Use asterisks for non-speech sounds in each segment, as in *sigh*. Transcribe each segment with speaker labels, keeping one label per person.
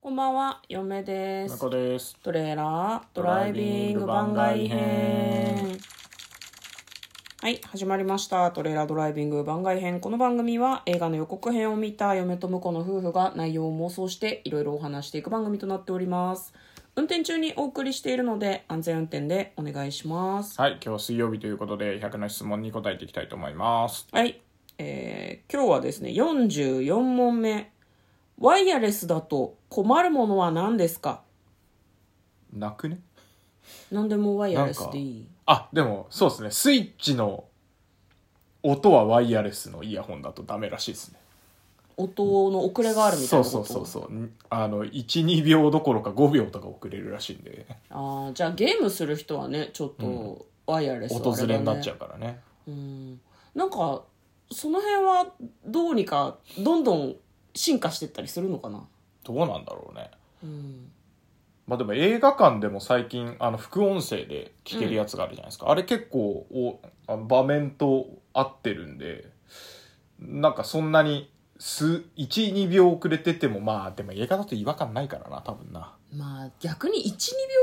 Speaker 1: こんばんは、嫁です。
Speaker 2: 中です。
Speaker 1: トレーラードライビング番外編。はい、始まりました。トレーラードライビング番外編。この番組は映画の予告編を見た嫁と婿の夫婦が内容を妄想していろいろお話していく番組となっております。運転中にお送りしているので安全運転でお願いします。
Speaker 2: はい、今日は水曜日ということで、100の質問に答えていきたいと思います。
Speaker 1: はい、えー、今日はですね、44問目。ワイヤレスだと困るものは何ですか
Speaker 2: なくね
Speaker 1: 何でもワイヤレスでいい。
Speaker 2: あ、でも、そうですね。スイッチの音はワイヤレスのイヤホンだとダメらしいですね。
Speaker 1: 音の遅れがあるみたい
Speaker 2: そう
Speaker 1: なこと
Speaker 2: そうそうそう。んあの、1、2秒どころか5秒とか遅れるらしいんで、
Speaker 1: あーじゃあゲームする人はねちょっとワイヤレスはあ
Speaker 2: 音ずれになっちゃ
Speaker 1: う、
Speaker 2: うからね。
Speaker 1: うん、なんかその辺はどうにかどんどん進化してったりするのかな、
Speaker 2: どうなんだろうね。
Speaker 1: うん、
Speaker 2: まあでも映画館でも最近、あの、副音声で聞けるやつがあるじゃないですか。あれ結構おあの場面と合ってるんで、なんかそんなに、す、1、2秒遅れてても、まあでも映画だと違和感ないからな、多分な。
Speaker 1: まあ逆に12秒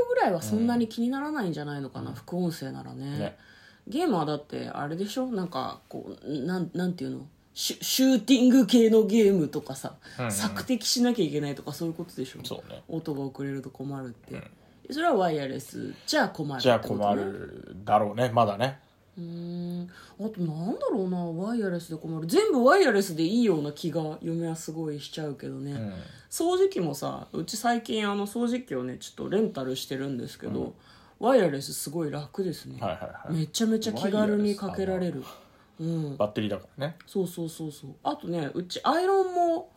Speaker 1: ぐらいはそんなに気にならないんじゃないのかな、副音声ならね
Speaker 2: ね
Speaker 1: ゲームはだってあれでしょなんかこうなんなんていうのシュシューティング系のゲームとかさ、
Speaker 2: うんうん
Speaker 1: 索敵しなきゃいけないとかそういうことでしょ
Speaker 2: そうね。
Speaker 1: 音が遅れると困るって、それはワイヤレスじゃあ困るって
Speaker 2: じゃあ
Speaker 1: ことね
Speaker 2: 困るだろうね、まだね。
Speaker 1: うーんあとなんだろうなワイヤレスで困る全部ワイヤレスでいいような気が嫁はすごいしちゃうけどね、
Speaker 2: うん。
Speaker 1: 掃除機もさうち最近あの掃除機をねちょっとレンタルしてるんですけど、ワイヤレスすごい楽ですね、
Speaker 2: はいはいはい。
Speaker 1: めちゃめちゃ気軽にかけられるうん
Speaker 2: バッテリーだからね。
Speaker 1: そうそうそうそうあとねうちアイロンも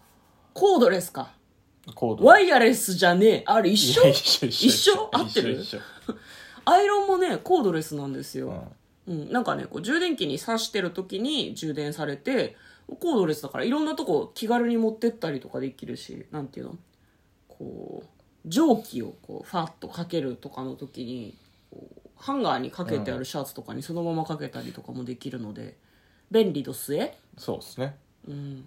Speaker 1: コードレスか
Speaker 2: コード。
Speaker 1: ワイヤレスじゃねえあれ一緒
Speaker 2: いや一緒一緒。
Speaker 1: 一緒合ってる
Speaker 2: 一緒一緒
Speaker 1: アイロンもねコードレスなんですよ、
Speaker 2: うん
Speaker 1: うん、なんかねこう充電器に挿してる時に充電されてコードレスだからいろんなとこ気軽に持ってったりとかできるしなんていうのこう蒸気をこうファッとかけるとかの時にこうハンガーにかけてあるシャツとかにそのままかけたりとかもできるので便利ど末、
Speaker 2: そうですね。
Speaker 1: うん、
Speaker 2: うん。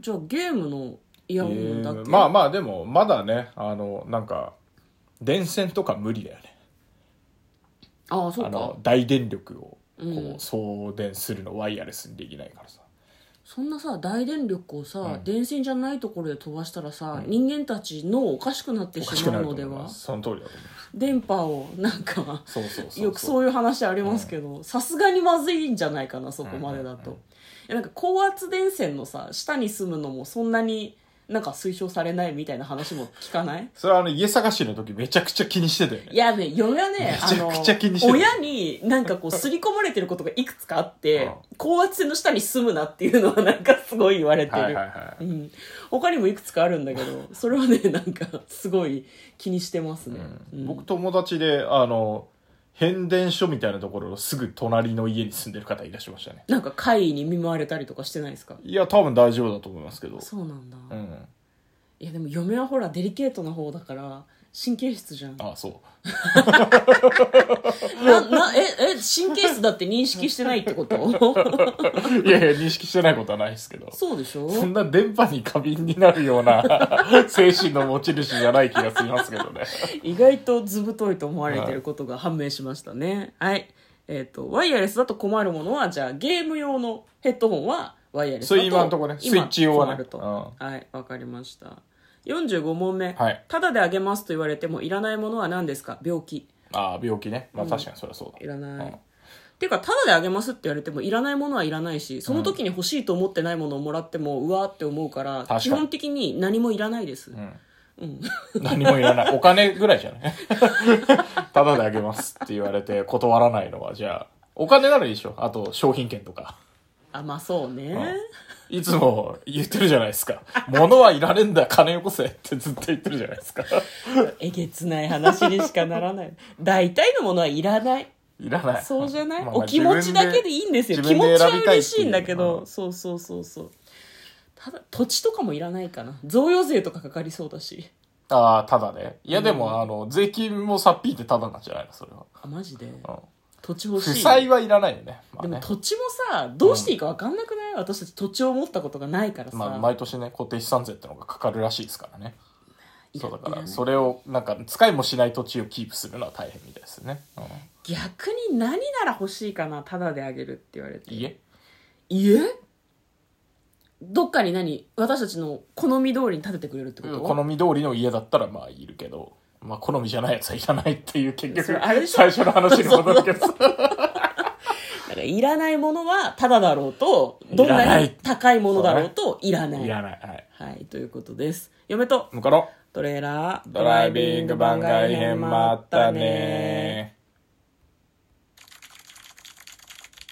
Speaker 1: じゃあゲームのイヤホンだけ、
Speaker 2: えーまあまあでもまだねあのなんか電線とか無理だよね
Speaker 1: ああそ
Speaker 2: あ
Speaker 1: うか
Speaker 2: の大電力を
Speaker 1: うん
Speaker 2: こう送電するのワイヤレスにできないからさ、
Speaker 1: そんなさ大電力をさ、
Speaker 2: うん
Speaker 1: 電線じゃないところで飛ばしたらさ、人間たち脳おかしくなって
Speaker 2: おか
Speaker 1: し
Speaker 2: しく
Speaker 1: ま
Speaker 2: な
Speaker 1: う
Speaker 2: ると
Speaker 1: の
Speaker 2: 思
Speaker 1: で
Speaker 2: い
Speaker 1: は
Speaker 2: ますその通りだと思います
Speaker 1: 電波をなんか
Speaker 2: そうそうそうそう
Speaker 1: よくそういう話ありますけどさすがにまずいんじゃないかなそこまでだと、いやなんか高圧電線のさ下に住むのもそんなになんか推奨されないみたいな話も聞かない
Speaker 2: それはあの家探しの時めちゃくちゃ気にしてたよね
Speaker 1: いやね、嫁はね、
Speaker 2: め
Speaker 1: あ
Speaker 2: ちゃ
Speaker 1: の
Speaker 2: くちゃ気にして、る
Speaker 1: 親になんかこう、すり込まれてることがいくつかあって
Speaker 2: う、
Speaker 1: 高圧線の下に住むなっていうのはなんかすごい言われてる。
Speaker 2: はいはいは
Speaker 1: う
Speaker 2: い、
Speaker 1: ん、他にもいくつかあるんだけどそれはねなんかすごい気にしてますね、
Speaker 2: うん僕友達であの変電所みたいなところのすぐ隣の家に住んでる方いらっしゃいましたね
Speaker 1: なんか怪異に見舞われたりとかしてないですか
Speaker 2: いや多分大丈夫だと思いますけど
Speaker 1: そうなんだ、
Speaker 2: う
Speaker 1: い
Speaker 2: ん
Speaker 1: やでも嫁はほらデリケートな方だから神経質じゃんな
Speaker 2: あそう
Speaker 1: なええ神経質だって認識してないってこと
Speaker 2: *laughs* いやいや認識してないことはないですけど
Speaker 1: そうでしょ
Speaker 2: そんな電波に過敏になるような精神の持ち主じゃない気がしますけどね。
Speaker 1: 意外と図太いと思われてることが判明しましたねはい、えっ、とワイヤレスだと困るものはじゃあゲーム用のヘッドホンはワイヤレスだ
Speaker 2: それ今のとこねスイッチ用はね
Speaker 1: 困ると、はいわかりました45問目、
Speaker 2: はい
Speaker 1: ただであげますと言われてもいらないものは何ですか病気
Speaker 2: ああ、病気ね。まあ確かにそりゃそうだ。
Speaker 1: いらない、
Speaker 2: うん
Speaker 1: っていうかただであげますって言われてもいらないものはいらないしその時に欲しいと思ってないものをもらっても、うわーって思うから
Speaker 2: かに
Speaker 1: 基本的に何もいらないです、
Speaker 2: *laughs* 何もいらない。お金ぐらいじゃない *laughs* ただであげますって言われて断らないのは、じゃあ、お金ならいいでしょ。あと、商品券とか。
Speaker 1: あまあそうね、
Speaker 2: いつも言ってるじゃないですか。物はいられんだ、金よこせってずっと言ってるじゃないですか。
Speaker 1: えげつない話にしかならない大体のものはいらない
Speaker 2: いらない。
Speaker 1: そうじゃない、
Speaker 2: まあまあ
Speaker 1: お気持ちだけでいいんですよ気持ちは嬉しいんだけ。
Speaker 2: 自分で自分で選びたってう
Speaker 1: ど
Speaker 2: うん
Speaker 1: そうそうそうそうただ土地とかもいらないかな贈与税とかかかりそうだし
Speaker 2: ああ、ただね。いや、でも、あの、税金もさっぴいてただなんじゃないの、それは。
Speaker 1: あマジで
Speaker 2: うん
Speaker 1: 土地欲
Speaker 2: 負
Speaker 1: しい
Speaker 2: 債はいらないよね。まあ
Speaker 1: でも
Speaker 2: ね。
Speaker 1: 土地もさどうしていいか分かんなくない、私たち土地を持ったことがないからさ、
Speaker 2: まあ、毎年ね、固定資産税ってのがかかるらしいですからね。
Speaker 1: い
Speaker 2: そうだか
Speaker 1: い
Speaker 2: ら
Speaker 1: ない
Speaker 2: それをなんか使いもしない土地をキープするのは大変みたいですね、うん、
Speaker 1: 逆に何なら欲しいかなタダであげるって言われて
Speaker 2: 家
Speaker 1: 家どっかに何私たちの好み通りに建ててくれるってこと
Speaker 2: 好み通りの家だったらまあいるけど、まあ、好みじゃないやつはいらないっていう結
Speaker 1: それ
Speaker 2: 局
Speaker 1: あれでしょ
Speaker 2: 最初の話に戻るけど
Speaker 1: だからいらないものはタダだろうとどん
Speaker 2: いら
Speaker 1: な
Speaker 2: な
Speaker 1: に
Speaker 2: い
Speaker 1: 高いものだろうといらない
Speaker 2: いらないはい
Speaker 1: はいということです嫁と
Speaker 2: 向かろう
Speaker 1: トレーラード
Speaker 2: ドライビング番外編まったね